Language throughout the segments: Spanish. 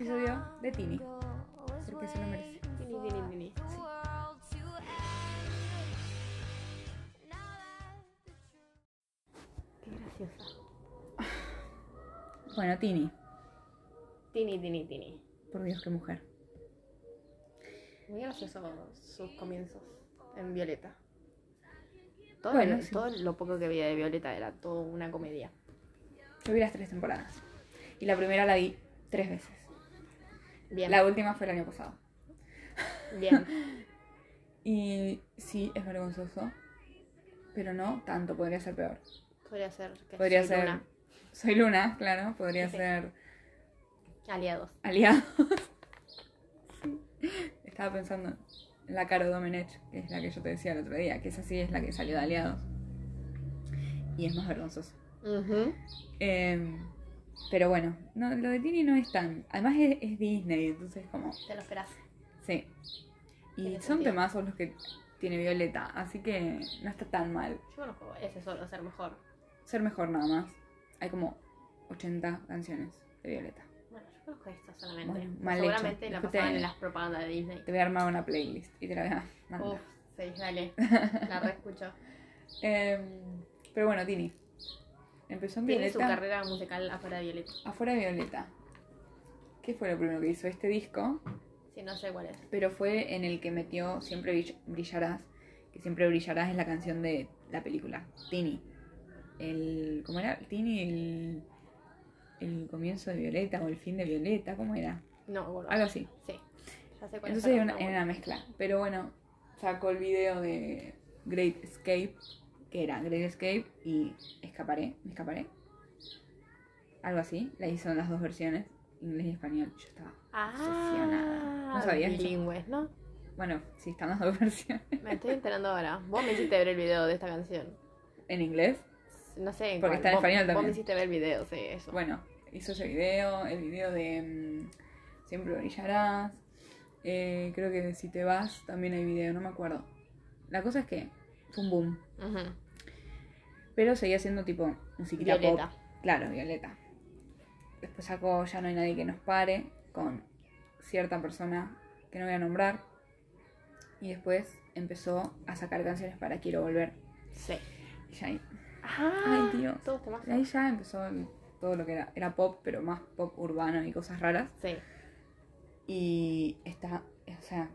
Eh, de Tini. Porque se lo merece. Tini, tini, tini. Qué graciosa. Bueno, Tini. Tini, tini, tini. Por Dios, qué mujer. Muy gracioso sus comienzos en Violeta. Todo, Bueno, el- sí. todo lo poco que había de Violeta era todo una comedia. Yo vi las tres temporadas. Y la primera la vi tres veces. Bien, La última fue el año pasado. bien. Y sí, es vergonzoso. Pero no tanto, podría ser peor. Podría ser que Podría soy ser. Luna. Soy Luna, claro. Podría Sí. ser aliados. aliados. Estaba pensando en la Caro Domenech, que es la que yo te decía el otro día, que esa sí es la que salió de aliados. Y es más vergonzoso. Ujú. Em, pero bueno, no, lo de Tini no es tan. Además es, es Disney, entonces como. Te lo esperás. Sí. Y Tiene son sentido. temazos los que tiene Violeta, así que no está tan mal. Yo conozco ese solo, ser mejor. Ser mejor nada más. Hay como 80 canciones de Violeta. Bueno, yo conozco esta solamente. Pues Bueno, mal Seguramente hecho. la Escuché- pasaban en las propagandas de Disney. Te voy a armar una playlist y te la voy a mandar. Uf, sí, dale. La reescucho. Em, pero bueno, Tini. Empezó en Tiene su Violeta. carrera musical afuera de Violeta. Afuera de Violeta. ¿Qué fue lo primero que hizo? Este disco, Sí, no sé cuál es. pero fue en el que metió Siempre Brill- Brillarás. Que Siempre Brillarás es la canción de la película. Tini. El, ¿Cómo era? Tini, el, el comienzo de Violeta o el fin de Violeta. ¿Cómo era? No, bueno. Algo así. Sí. Ya sé cuál es. Entonces era pero una, no, era una mezcla. Pero bueno, sacó el video de Great Escape, que era Great Escape y Escaparé, me escaparé. Algo así. La hizo en las dos versiones, inglés y español. Yo estaba. obsesionada. Ah, ¿No sabías eso? bilingües, ¿no? Bueno, sí, están las dos versiones. Me estoy enterando ahora. Vos me hiciste ver el video de esta canción. En inglés. No sé. en Porque cuál. está en Vos- español Vos me también. hiciste ver el video, sí, eso. Bueno, hizo ese video, el video de mm, Siempre brillarás. eh, creo que de si te vas también hay video, no me acuerdo. La cosa es que fue un boom. Ujú. Pero seguía siendo tipo musiquita pop. Violeta. Claro, Violeta. Después sacó Ya no hay nadie que nos pare con cierta persona que no voy a nombrar. Y después empezó a sacar canciones para Quiero Volver. Sí. Y ya ahí, Ah, Ay, Dios. Todos temas. de ahí ya empezó el- todo lo que era, era pop, pero más pop urbano y cosas raras. Sí. Y está, o sea,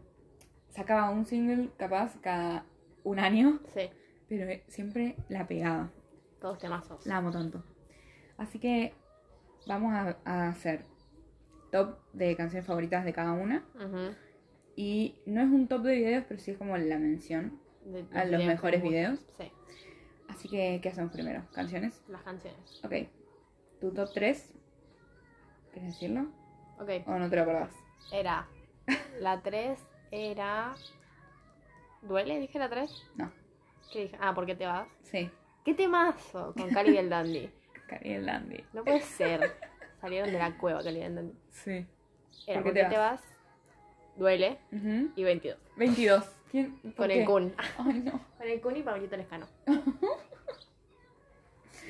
sacaba un single capaz cada un año, Sí, pero eh, siempre la pegaba. todos temazos. La amo tanto. Así que vamos a, a hacer top de canciones favoritas de cada una. Ujú. Y no es un top de videos, pero sí es como la mención. De- A los mejores como- videos. Sí, Así que, ¿qué hacemos primero? ¿Canciones? las canciones. Ok. ¿Tu top 3? ¿Quieres decirlo? Ok, ¿O no te lo acordás? era. La 3 era. ¿Duele? ¿Dije la 3? No. ¿Qué dije? Ah, ¿por qué te vas? Sí. ¿Qué temazo? Con Cali y el Dandy. Cariel Dandy. No puede ser. Salieron de la cueva Cali y el Dandy. Sí. Era ¿Por ¿Por qué qué te te vas? Duele Ujú. y 22. 22. ¿Quién? por Con qué? el Kun. Ay, no. Con el Kun y Pablito Lescano.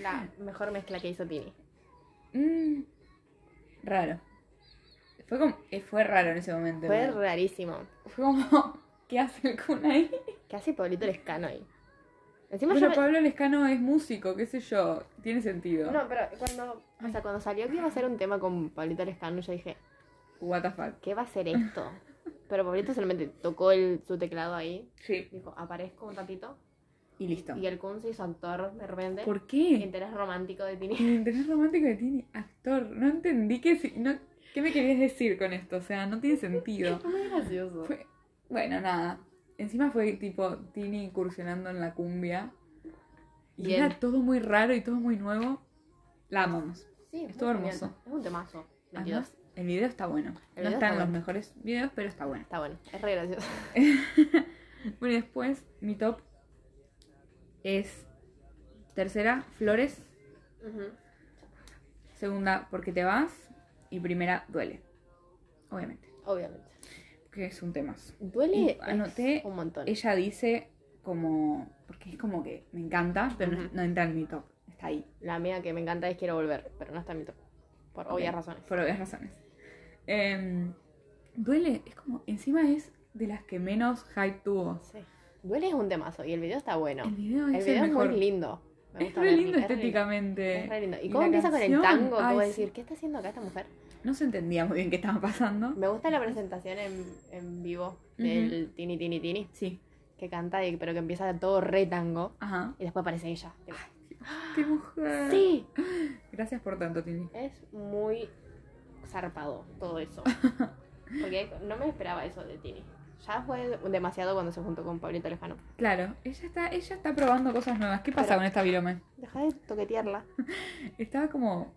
La mejor mezcla que hizo Tini. Mm. Raro. Fue, como, eh, fue raro en ese momento. Fue igual. rarísimo. Fue como, ¿qué hace el Kun ahí? ¿Qué hace Pablito Lescano ahí? Encima yo Bueno, me- Pablo Lescano es músico, qué sé yo, tiene sentido. No, pero cuando, o sea, cuando salió que iba a ser un tema con Pablito Lescano, yo dije, What the fuck. ¿qué va a ser esto? Pero Pablito solamente tocó el, su teclado ahí, Sí. dijo, aparezco un ratito, Y listo. y el Kun se hizo actor de repente. ¿Por qué? Interés romántico de Tini. El interés romántico de Tini, actor. No entendí qué, si- no, qué me querías decir con esto, o sea, no tiene sentido. Muy gracioso. Fue- bueno, nada. Encima fue tipo Tini incursionando en la cumbia. Y Bien. era todo muy raro y todo muy nuevo. La amamos. Sí, estuvo muy hermoso. genial. Es un temazo. 22. Además, el video está bueno. El no video están está los bueno. mejores videos, pero está bueno. Está bueno, es re gracioso. Bueno, y después mi top es tercera, flores, Ujú. segunda, porque te vas, y primera, duele. Obviamente, Obviamente. que es un temazo. Y Duele es anoté un montón. Ella dice como, porque es como que me encanta, pero no- Ujú. no, entra en mi top, está ahí, La mía que me encanta es Quiero Volver, pero no está en mi top. Por Ok. obvias razones. por obvias razones. Em, duele, es como, encima es de las que menos hype tuvo. Sí. Duele es un temazo y el video está bueno. El video El es el video es muy mejor. lindo. Me es gusta re verlo, lindo es re estéticamente. Es re lindo. ¿Y Y cómo la empieza canción, con el tango? ay, ¿Cómo sí. decir, ¿qué está haciendo acá esta mujer? No se entendía muy bien qué estaba pasando. Me gusta la presentación en, en vivo del Tini Tini Tini, Sí, que canta, y- pero que empieza todo re tango. ajá. Y después aparece ella. Tipo, ¡Qué mujer! Sí, Gracias por tanto, Tini. es muy zarpado todo eso. Porque no me esperaba eso de Tini. Ya fue demasiado cuando se juntó con Pablito Lejano. Claro, ella está, ella está probando cosas nuevas. ¿Qué pasa Pero- con esta virome? Deja de toquetearla. Estaba como.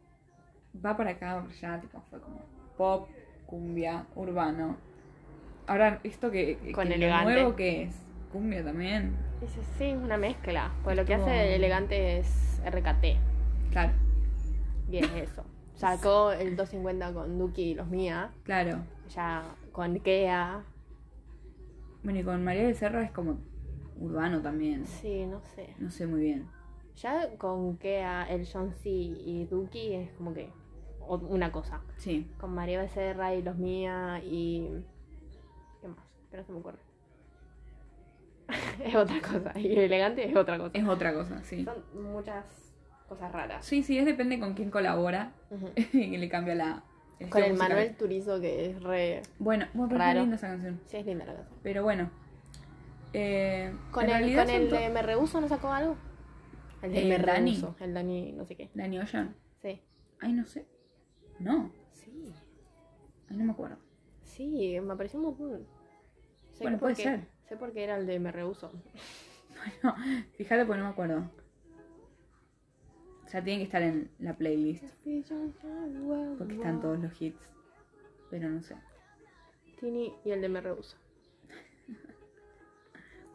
Va para acá, va para allá, tipo, fue como pop, cumbia, urbano. Ahora, esto que. que Con lo elegante. nuevo que es. Cumbia también. Dice, sí, es una mezcla. Pues lo que Estuvo- hace elegante es RKT. Claro, Y es eso. Sacó el 250 con Duki y los Mía. claro. Ya con Kea. Bueno, y con María Becerra es como urbano también. Sí, no sé. No sé muy bien. Ya con Kea, el John C y Duki es como que o- una cosa. Sí. Con María Becerra y los Mía y. ¿Qué más? Que no se me ocurre. es otra cosa. Y elegante es otra cosa. Es otra cosa, sí. Son muchas cosas raras. Sí, sí, es depende con quién colabora Ujú. y le cambia la. el Con estilo el musical. Manuel Turizo que es re. Bueno, bueno pero es Raro. muy linda esa canción. Sí, es linda la canción. Pero bueno. Eh, Con en el, realidad con son el to- de Me Rehuso no sacó algo. El de El Me Dani. Rehuso, el Dani, no sé qué. Dani Ocean. Sí. Ay, no sé. No, Sí. ay, no me acuerdo. Sí, me pareció un montón. Sé Bueno, por puede qué- ser. Sé por qué era el de Me Rehuso. Bueno, fíjate porque no me acuerdo. O sea, tiene que estar en la playlist. Porque están todos los hits. Pero no sé. Tini y el de Me Rehuso.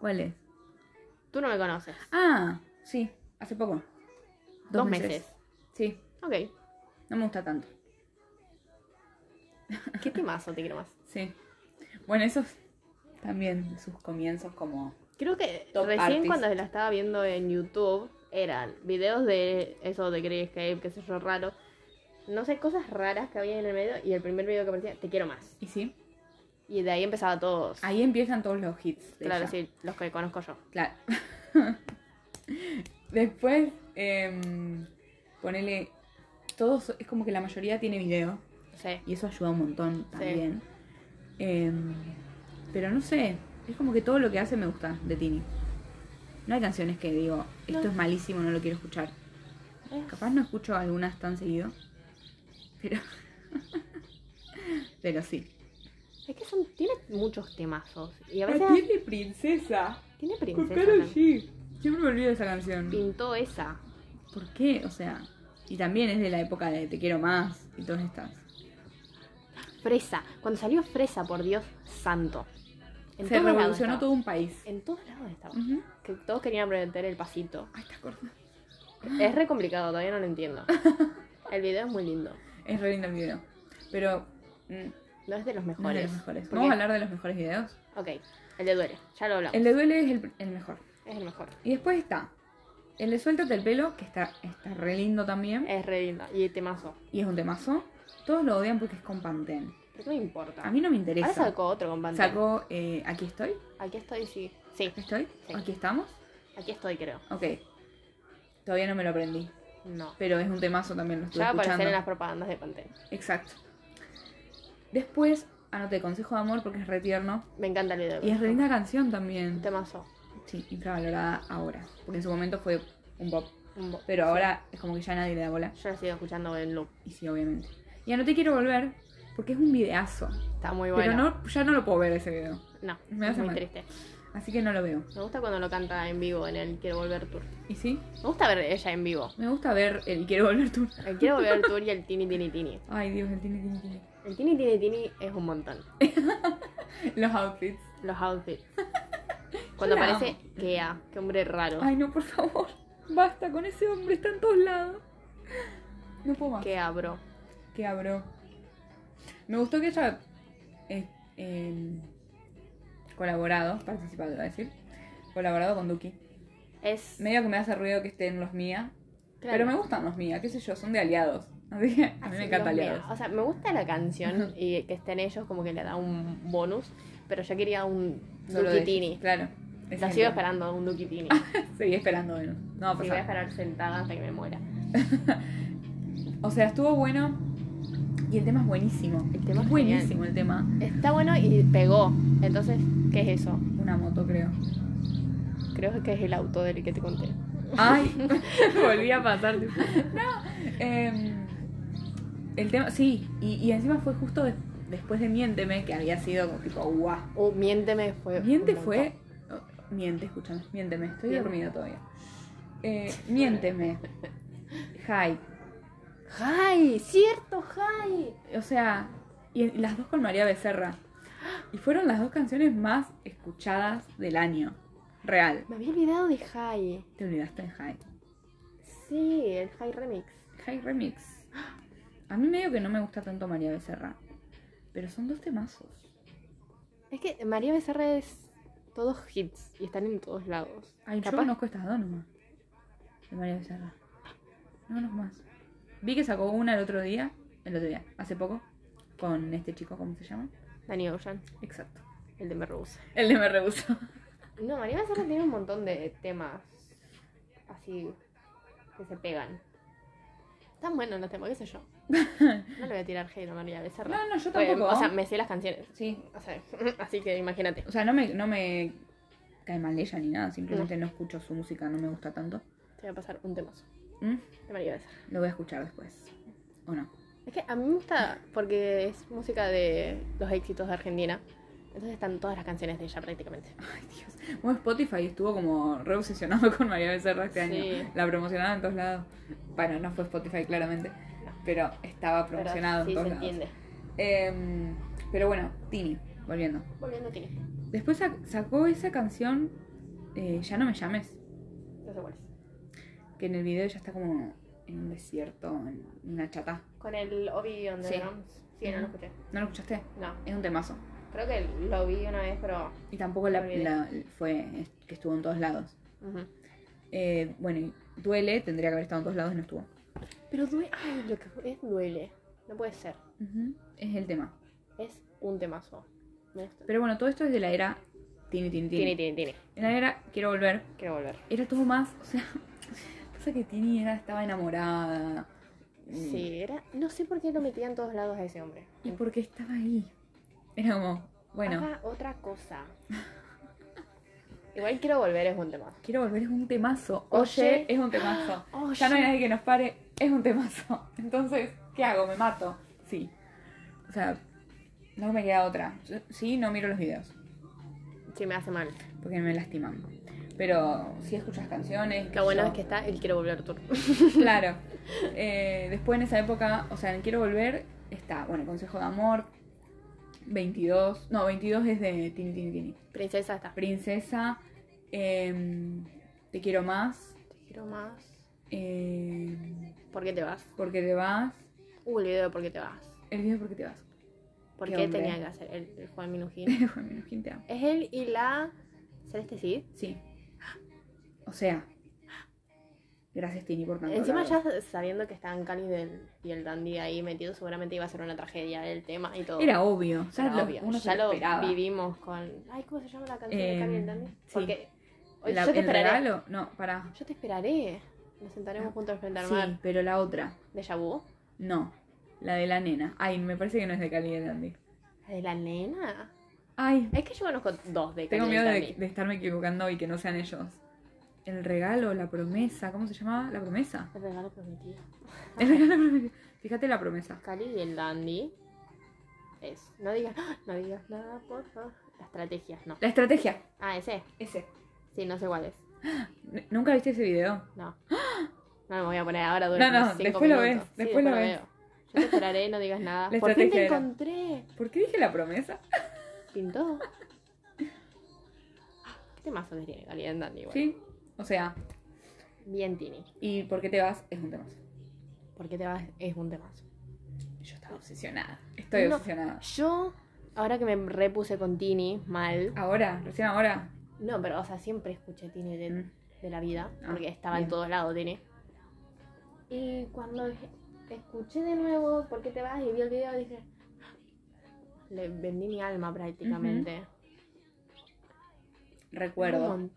¿Cuál es? Tú no me conoces. Ah, sí, hace poco. Dos, Dos meses. Sí, Ok. no me gusta tanto. ¿Qué temazo te quiero más? Sí. Bueno, esos también, sus comienzos como... Creo que Top recién artist. cuando la estaba viendo en YouTube eran videos de eso de Grey Escape, qué sé yo, raro. No sé, cosas raras que había en el medio y el primer video que aparecía, te quiero más. Y sí, Y de ahí empezaba todos. ahí empiezan todos los hits. de claro, ella. sí, los que conozco yo. Claro. Después, em, ponele. Todos, es como que la mayoría tiene video. Sí. Y eso ayuda un montón también. Em, pero no sé. Es como que todo lo que hace me gusta de Tini. No hay canciones que digo, esto No. es malísimo, no lo quiero escuchar. Capaz no escucho algunas tan seguido. Pero. pero sí. Es que son, tiene muchos temazos. Y a La veces Tini princesa. tiene Con princesa. Karol también. G. Siempre me olvido de esa canción. Pintó esa. ¿Por qué? O sea, y también es de la época de Te quiero más y todas estas. Fresa. Cuando salió Fresa, por Dios santo. En Se todos lados revolucionó estaba. todo un país. En todos lados estaba. Ujú. Que todos querían aprender el pasito. Ay, está corta. Es re complicado, todavía no lo entiendo. El video es muy lindo. Es re lindo el video. Pero mm, No es de los no es de mejores. los mejores. Porque- Vamos a hablar de los mejores videos. Ok, el de Duele, ya lo hablamos. El de Duele es el, el mejor. Es el mejor. Y después está el de Suéltate el pelo, que está, está re lindo también. Es re lindo. Y temazo. Y es un temazo. Todos lo odian porque es con Pantene. ¿Pero qué me importa? A mí no me Ahora interesa. sacó otro con Pantene. Sacó, eh, Aquí estoy. Aquí estoy, sí. Sí, ¿Estoy? Sí. ¿Aquí estamos? aquí estoy, creo. Ok. Todavía no me lo aprendí. No. Pero es un temazo también, lo estuve Ya va a escuchando. aparecer en las propagandas de Pantene. Exacto. Después anoté Consejo de Amor porque es re tierno. Me encanta el video. Y es re linda canción también. Temazo. Sí, infravalorada ahora. Porque en su momento fue un pop. Un bo- Pero sí. ahora es como que ya nadie le da bola. Yo lo sigo escuchando en loop. Y sí, obviamente. Y anoté Quiero Volver porque es un videazo. Está muy Pero bueno. no, ya no lo puedo ver ese video. no, me es hace muy mal. triste. Así que no lo veo. Me gusta cuando lo canta en vivo en el Quiero Volver Tour. Y sí, Me gusta ver ella en vivo. me gusta ver el Quiero Volver tú. El Eh, Quiero Volver Tour y el Tini Tini Tini. Ay, Dios, el tiene, tiene, tiene. El Tini Tini Tini es un montón. Los outfits. Los outfits. Cuando la aparece amo. Kea, qué hombre raro. Ay, no, por favor. Basta con ese hombre, está en todos lados. No puedo más. Kea, bro. que abro. Me gustó que haya eh, eh, colaborado, participado, iba a decir, colaborado con Duki. Es. Medio que me hace ruido que estén los Mía, claro, Ah, pero me gustan los Mía, qué sé yo, son de aliados. Así que a mí me encanta Dios mío, Leones. O sea, me gusta la canción y que estén ellos como que le da un bonus, pero yo quería un No lo dejes. Duquitini. Claro. La Exacto. sigo esperando, un Duquitini. Seguí esperando bueno. No va a Y voy a pasar. esperar sentada hasta que me muera. o sea, estuvo bueno. Y el tema es buenísimo. El tema es buenísimo el tema. Está bueno y pegó. Entonces, ¿qué es eso? Una moto, creo. Creo que es el auto del que te conté. Ay, volví a pasar. tipo, No. em, el tema, sí. Y, y encima fue justo des- después de Miénteme, que había sido como tipo, guau. Oh, miénteme fue. Miente un fue. montón. oh, Miente, escúchame. Miénteme, estoy Bien. dormida todavía. Eh, miénteme. Hype. ¡Jai! ¡Cierto, Jai! O sea, y y las dos con María Becerra. Y fueron las dos canciones más escuchadas del año. Real. Me había olvidado de Jai. Te olvidaste de Hype. Sí, el Jai Remix. Hype Remix. A mí medio que no me gusta tanto María Becerra. Pero son dos temazos. Es que María Becerra es todos hits y están en todos lados. Ay, yo Capaz- conozco estas dos nomás. De María Becerra. No, no más. Vi que sacó una el otro día. El otro día, hace poco. Con este chico, ¿cómo se llama? Danny Ocean, Exacto. el de Me Rehúsa. El de Me Rehuso. No, María Becerra tiene un montón de temas así que se pegan. Están buenos los temas, qué sé yo. No le voy a tirar hate a María Becerra. No, no, yo Pues, tampoco. o sea, me sé las canciones. Sí, O sea, así que imagínate. O sea, no me, no me cae mal ella ni nada, simplemente no. escucho su música, no me gusta tanto. Te voy a pasar un temazo ¿Mm? de María Becerra. Lo voy a escuchar después. ¿O no? Es que a mí me gusta porque es música de los éxitos de Argentina. Entonces están todas las canciones de ella prácticamente. Ay, Dios. Bueno, Spotify estuvo como re obsesionado con María Becerra este Sí. año. La promocionaba en todos lados. Bueno, no fue Spotify claramente, pero estaba Pero promocionado sí en todos se lados. entiende. Em, pero bueno, Tini, volviendo. Volviendo a ti. Después sac- sacó esa canción, eh, Ya no me llames, No sé cuál es. que en el video ella está como en un desierto, en una chata. Con el Obi on the Sí. Drums. Sí, no lo escuché. ¿No lo escuchaste? No. Es un temazo. Creo que lo vi una vez, pero. Y tampoco la, Me olvidé. la- fue es- que estuvo en todos lados. Ujú. Eh, bueno, y duele, tendría que haber estado en todos lados y no estuvo. Pero duele. Ay, lo que es duele. No puede ser. Es el tema. Es un temazo. Me gusta. Pero bueno, todo esto es de la era Tini Tini Tini. Tiene, tiene, tiene. En la era Quiero Volver Quiero volver. era todo más, o sea, pasa que Tini era, estaba enamorada. Mm. Sí, era. No sé por qué lo metía en todos lados a ese hombre. Y porque estaba ahí. Era como, bueno, Haga otra cosa. Igual quiero volver es un tema. Quiero Volver es un temazo. Oye. Oye, es un temazo. Oye. Ya no hay nadie que nos pare, es un temazo. Entonces, ¿qué hago? ¿Me mato? Sí. O sea, no me queda otra. Yo- Sí, no miro los videos, Sí, me hace mal. porque me lastiman. Pero sí escuchas canciones. Lo bueno yo- es que está el quiero volver tour. Claro. Eh, después en esa época, o sea, en Quiero Volver está, bueno, Consejo de Amor, 22. No, 22 es de Tini Tini Tini. Princesa está. Princesa, em, Te Quiero Más, Te quiero más. em, ¿Por qué te vas? ¿Por qué te vas? Uh, el video de por qué te vas. El video de ¿Por qué te vas? ¿Por Qué qué, hombre. tenía que hacer el, el Juan Minujín? Juan Minujín, te amo. es él y la Celeste Cid. Sí. O sea. Gracias, Tini, por tanto. Encima la ya verdad. sabiendo que estaban Cali del- y el Dandy ahí metidos, seguramente iba a ser una tragedia el tema y todo. Era obvio. Ya Era lo, obvio. Uno ya se lo esperaba. vivimos con... Ay, ¿cómo se llama la canción de Eh, Cali y el Dandy? sí. Porque... Oye, La- yo te ¿El esperaré. regalo? No, pará. Yo te esperaré. Nos sentaremos juntos frente al Sí, mar. pero la otra. ¿De Yabu? No. La de la nena. Ay, me parece que no es de Cali de Dandy. ¿La de la nena? Ay, Es que yo conozco dos de tengo Cali miedo del de, Dandy. de estarme equivocando y que no sean ellos. El regalo, la promesa. ¿Cómo se llamaba? La promesa. El regalo prometido. El regalo, prometido. Fíjate la promesa. Cali y el Dandy es... No digas, ¡Ah! no digas nada, por favor. La estrategia, no. La estrategia. Ah, ese. Ese. Sí, no sé cuál es. N- ¿Nunca viste ese video? No. No me voy a poner ahora dura No, no, como cinco después lo minutos. ves, Sí, después lo ves. veo. Yo te esperaré, no digas nada. La Por fin te estrategia era- encontré. ¿Por qué dije la promesa? Pintó. Ah, ¿Qué temazo que tiene Cali y el Dandy? igual. Sí. O sea, Bien, Tini. ¿y por qué te vas? Es un temazo. ¿Por qué te vas? Es un temazo. Yo estaba obsesionada. Estoy No. obsesionada. Yo, ahora que me repuse con Tini, mal. Ahora, recién ahora. No, pero, o sea, siempre escuché Tini de, Mm. de la vida, Ah, porque estaba en bien. todos lados Tini. Y cuando escuché de nuevo por qué te vas y vi el video y dije, le vendí mi alma prácticamente. Recuerdo. Un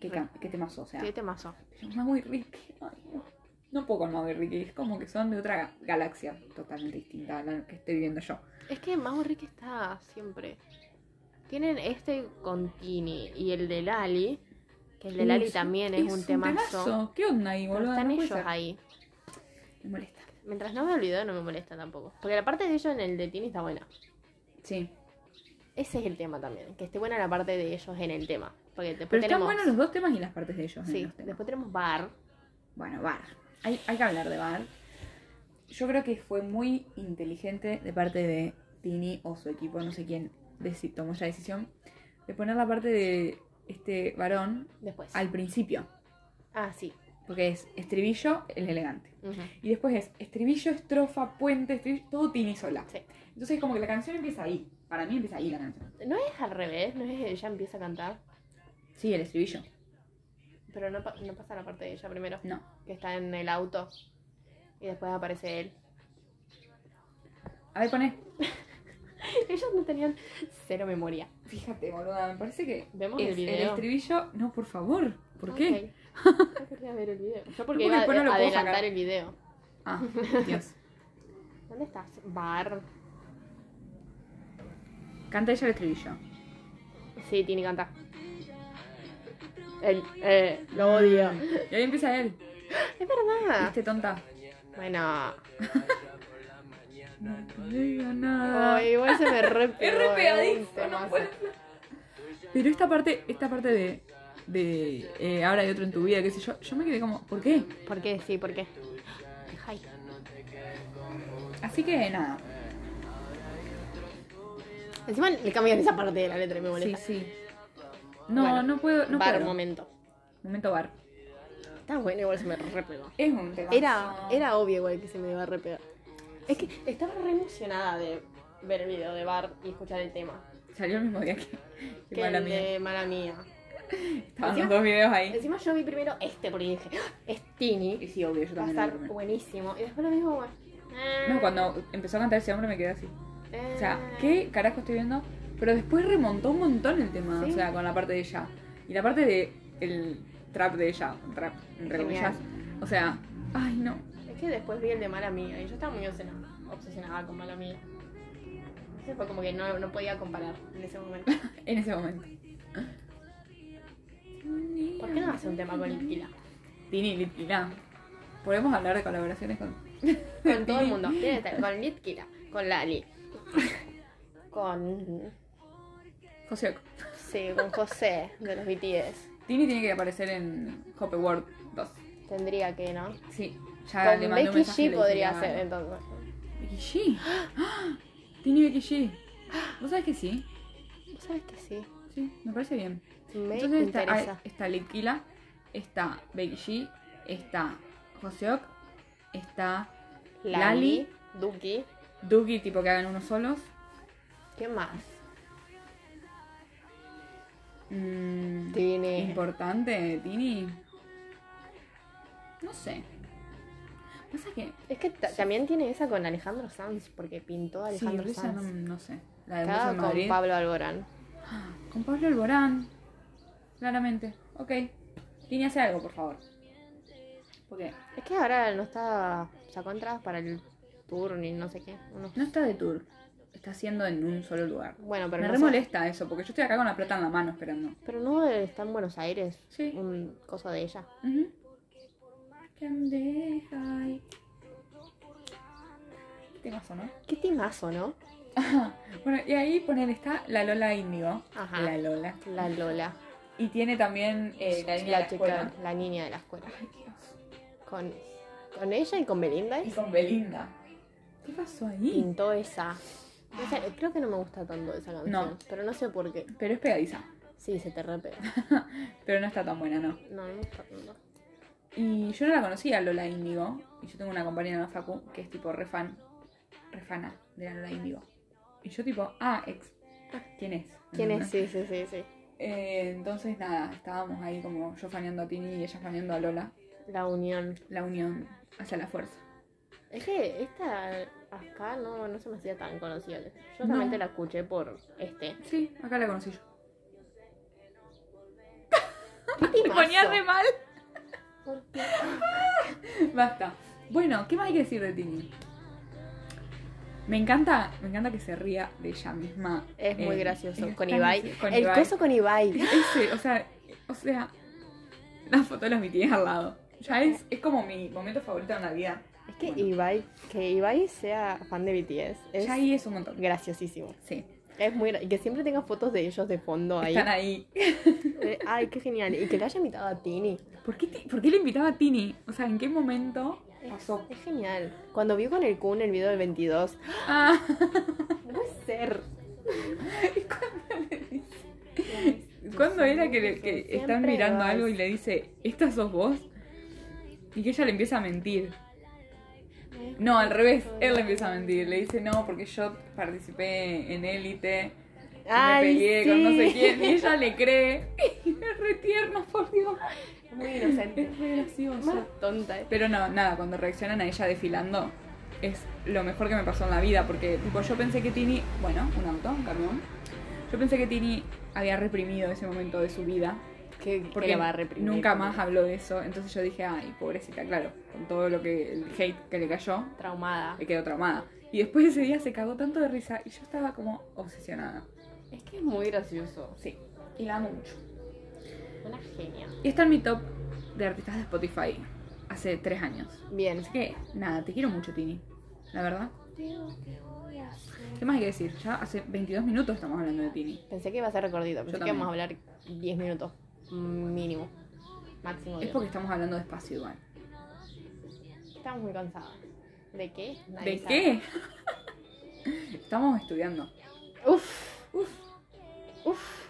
Qué, cam- qué temazo, o sea. Qué temazo. Pero Mau y Ricky. ay, no. no puedo con Mau y Ricky. Es como que son de otra ga- galaxia totalmente distinta a la que estoy viviendo yo. Es que Mau Ricky está siempre. Tienen este con Tini y el de Lali, que el de Lali Es- también es, un temazo. ¿Qué onda ahí, Pero boludo? están No puede ellos ser. ahí. Me molesta. Mientras no me olvido, no me molesta tampoco. Porque la parte de ellos en el de Tini está buena. Sí. Ese es el tema también. Que esté buena la parte de ellos en el tema. Porque después Pero están tenemos. buenos los dos temas y las partes de ellos. en sí, los temas. después tenemos Bar. Bueno, Bar. Hay, hay que hablar de Bar. Yo creo que fue muy inteligente de parte de Tini o su equipo, no sé quién deci- tomó esa decisión, de poner la parte de este varón Después. al principio. Ah, sí. Porque es estribillo, el elegante. Ujú. Y después es estribillo, estrofa, puente, estribillo, todo Tini sola. Sí. Entonces como que la canción empieza ahí. Para mí empieza ahí la canción. No es al revés, no es ella empieza a cantar. Sí, el estribillo. Pero no, pa- no pasa la parte de ella primero. No. Que está en el auto. Y después aparece él. A ver, poné. Ellos no tenían cero memoria. Fíjate, boluda, me parece que Vemos es el el video. estribillo. No, por favor. ¿Por qué? Ok. No quería ver el video. Yo porque porque iba a después no lo puedo adelantar sacar. el video. Ah, Dios. ¿Dónde estás? Bar. Canta ella el estribillo. Sí, tiene que cantar. El, eh, lo odio. Y ahí empieza él. Es verdad. ¿Viste, tonta? Bueno. No digo nada. Ay, igual se me re es pegó, eh, re un pegadizo, no temazo. puede ser. Pero esta parte, esta parte de, de eh, ahora hay otro en tu vida, qué sé yo, yo me quedé como, ¿por qué? ¿Por qué? Sí, ¿por qué? Ay, Así que nada. Encima le cambian esa parte de la letra y me Sí, molesta. sí. No, Bueno, no puedo, no bar, puedo. momento. Momento bar. Está bueno, igual se me re pegó. Es un tema. Era, era obvio igual que se me iba a re pegar. Es que estaba re emocionada de ver el video de Bar y escuchar el tema. Salió el mismo día que, que que mala el mía. de Mala Mía. Estaban los Encima- dos videos ahí. Encima yo vi primero este porque dije, "Ah, es Tini, Y sí, obvio, yo va a también. estar lo vi primero. buenísimo. Y después lo mismo, bueno. No, cuando empezó a cantar ese hombre me quedé así. eh, O sea, ¿qué carajo estoy viendo? Pero después remontó un montón el tema, Sí. o sea, con la parte de ella. Y la parte de el trap de ella, trap, entre Genial. comillas. O sea, ay no. Es que después vi el de Mala Mía y yo estaba muy obsesiona- obsesionada con Mala Mía. Entonces fue como que no, no podía comparar en ese momento. En ese momento. ¿Por qué no hace un tema con Litila? Tini Litina. Podemos hablar de colaboraciones con. Con todo el mundo. Tiene que estar Con Litkila, con Lali, con. José Oco. Sí, con José de los BTS. Tini tiene que aparecer en Hope World 2. Tendría que, ¿no? Sí. Ya le Con mandé un Becky mensaje y G le podría dije, ser eh. "Ah, entonces. Becky G. ¡Ah! Tini Becky G. ¿Vos sabés que sí? ¿Vos sabés que sí? Sí, me parece bien. Me Entonces está, interesa. ah, está Litquila, está Becky G, está Joseok, está Lali, Lali. Duki, Duki, tipo que hagan unos solos. ¿qué más? Mm, Tiene. Importante, Tini. No sé. Pasa que. Es que ta- también tiene esa con Alejandro Sanz, porque pintó a Sí, Alejandro Rusia no, Sanz. no sé. La de Rusia Cada en con Madrid. Pablo Alborán. Ah, Con Pablo Alborán. Claramente. Ok. Tini, hace algo, por favor. Porque Es que ahora no está. sacó entradas para el tour ni no sé qué. unos- no está de tour. Está haciendo en un solo lugar. Bueno, pero Me no. re sé- molesta eso, porque yo estoy acá con la plata en la mano esperando. Pero no está en Buenos Aires. Sí. Un coso de ella. Ujú. Candeja y- Qué temazo, ¿no? Qué timazo, ¿no? Ajá. bueno, y ahí ponen está la Lola Índigo. Ajá. La Lola. La Lola. Y tiene también eh, la niña de la chica, escuela. la niña de la escuela. Ay, Dios. Con, con ella y con Belinda. Y con Belinda. ¿Qué pasó ahí? Pintó esa. No sé, creo que no me gusta tanto esa canción. No. Pero no sé por qué. Pero es pegadiza. Sí, se te repega. Pero no está tan buena, ¿no? No, no me gusta tanto. Y yo no la conocía, Lola Índigo. Y yo tengo una compañera en la Facu que es tipo re fan, re fana de la Lola Índigo. Y yo tipo, ah, ex. ¿Quién es? ¿Quién es? ¿Entendés? Sí, sí, sí, sí. Eh, entonces nada, estábamos ahí como yo faneando a Tini y ella faneando a Lola. La unión. La unión hacia la fuerza. Es que esta acá no, no se me hacía tan conocida. Yo No. realmente la escuché por este. Sí, acá la conocí yo. ¿Qué Te ponía re mal. ¿Por qué? Basta. Bueno, ¿qué más hay que decir de Tini? Me encanta, me encanta que se ría de ella misma. Es muy Eh, gracioso. es Con tan Ibai. gracioso. Con el Ibai. coso con Ibai. Ese, o sea, o sea, la foto la mi tía al lado. Ya es, es como mi momento favorito de Navidad. Es que Bueno. Ibai, que Ibai sea fan de BTS es Ya ahí es un montón. graciosísimo. Sí. Es muy gra- y que siempre tenga fotos de ellos de fondo ahí. Están ahí. Eh, Ay, qué genial. Y que le haya invitado a Tini. ¿Por qué, ti- por qué le invitaba a Tini? O sea, ¿en qué momento Es- pasó? Es, genial. Cuando vio con el Kun el video del 22, Ah, no puede ser. ¿Cuándo era que, le- que están Siempre mirando vas. algo y le dice, ¿esta sos vos? Y que ella le empieza a mentir. No, al revés, él le empieza a mentir. Le dice, no, porque yo participé en élite, y me Ay, peleé con no sé sí. quién, y ella le cree. Y es re tierno, por Dios. Muy inocente. Es re gracioso. Más tonta. eh. Pero no, nada, cuando reaccionan a ella desfilando, es lo mejor que me pasó en la vida, porque tipo, yo pensé que Tini, bueno, un auto, un camión, yo pensé que Tini había reprimido ese momento de su vida, Que, que porque la va a reprimir. nunca más habló de eso, entonces yo dije, ay, pobrecita, claro, con todo lo que el hate que le cayó, Traumada. me quedó traumada. Y después de ese día se cagó tanto de risa y yo estaba como obsesionada. Es que es muy gracioso. Sí, y la amo mucho. Una genia. Y está en mi top de artistas de Spotify hace tres años. Bien. Así que, nada, te quiero mucho, Tini. La verdad. ¿Qué más hay que decir? Ya hace 22 minutos estamos hablando de Tini. Pensé que iba a ser recordito. Pensé que también. íbamos a hablar 10 minutos. Mínimo. Máximo. Es 10. porque estamos hablando despacio igual. Estamos muy cansados. ¿De qué? Nadie ¿De sabe. qué? Estamos estudiando. Uf. Uf. Uf.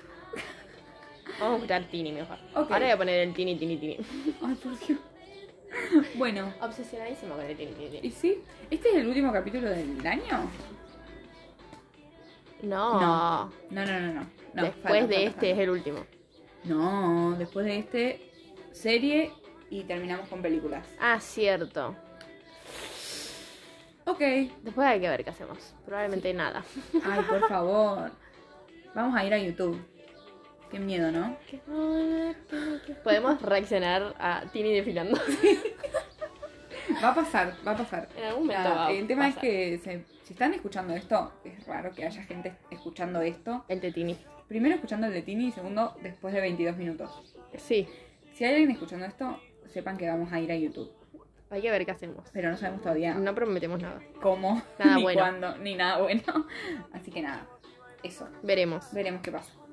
Vamos a escuchar Tini mejor. Ok. Ahora voy a poner el Tini, Tini, Tini. Ay, por Dios. Bueno, Obsesionadísima con el Tini, Tini, ¿y Tini. sí? ¿Este es el último capítulo del año? No. No. No, no, no, no. No, Después falta, de falta, este es el último. falta. No, después de este, serie y terminamos con películas. Ah, cierto. Ok. Después hay que ver qué hacemos. Probablemente nada. Ay, por favor. Vamos a ir a YouTube. Qué miedo, ¿no? Podemos reaccionar a Tini desfilando. Va a pasar, va a pasar. En algún momento Nada, va a Ah, el tema pasar. es que se- si están escuchando esto, es raro que haya gente escuchando esto. El de Tini. Primero escuchando el de Tini y segundo después de 22 minutos. Sí. Si hay alguien escuchando esto, sepan que vamos a ir a YouTube. Hay que ver qué hacemos. Pero no sabemos todavía No prometemos nada. cómo, Nada ni bueno. cuándo, ni nada bueno. Así que nada, eso. Veremos. Veremos qué pasa.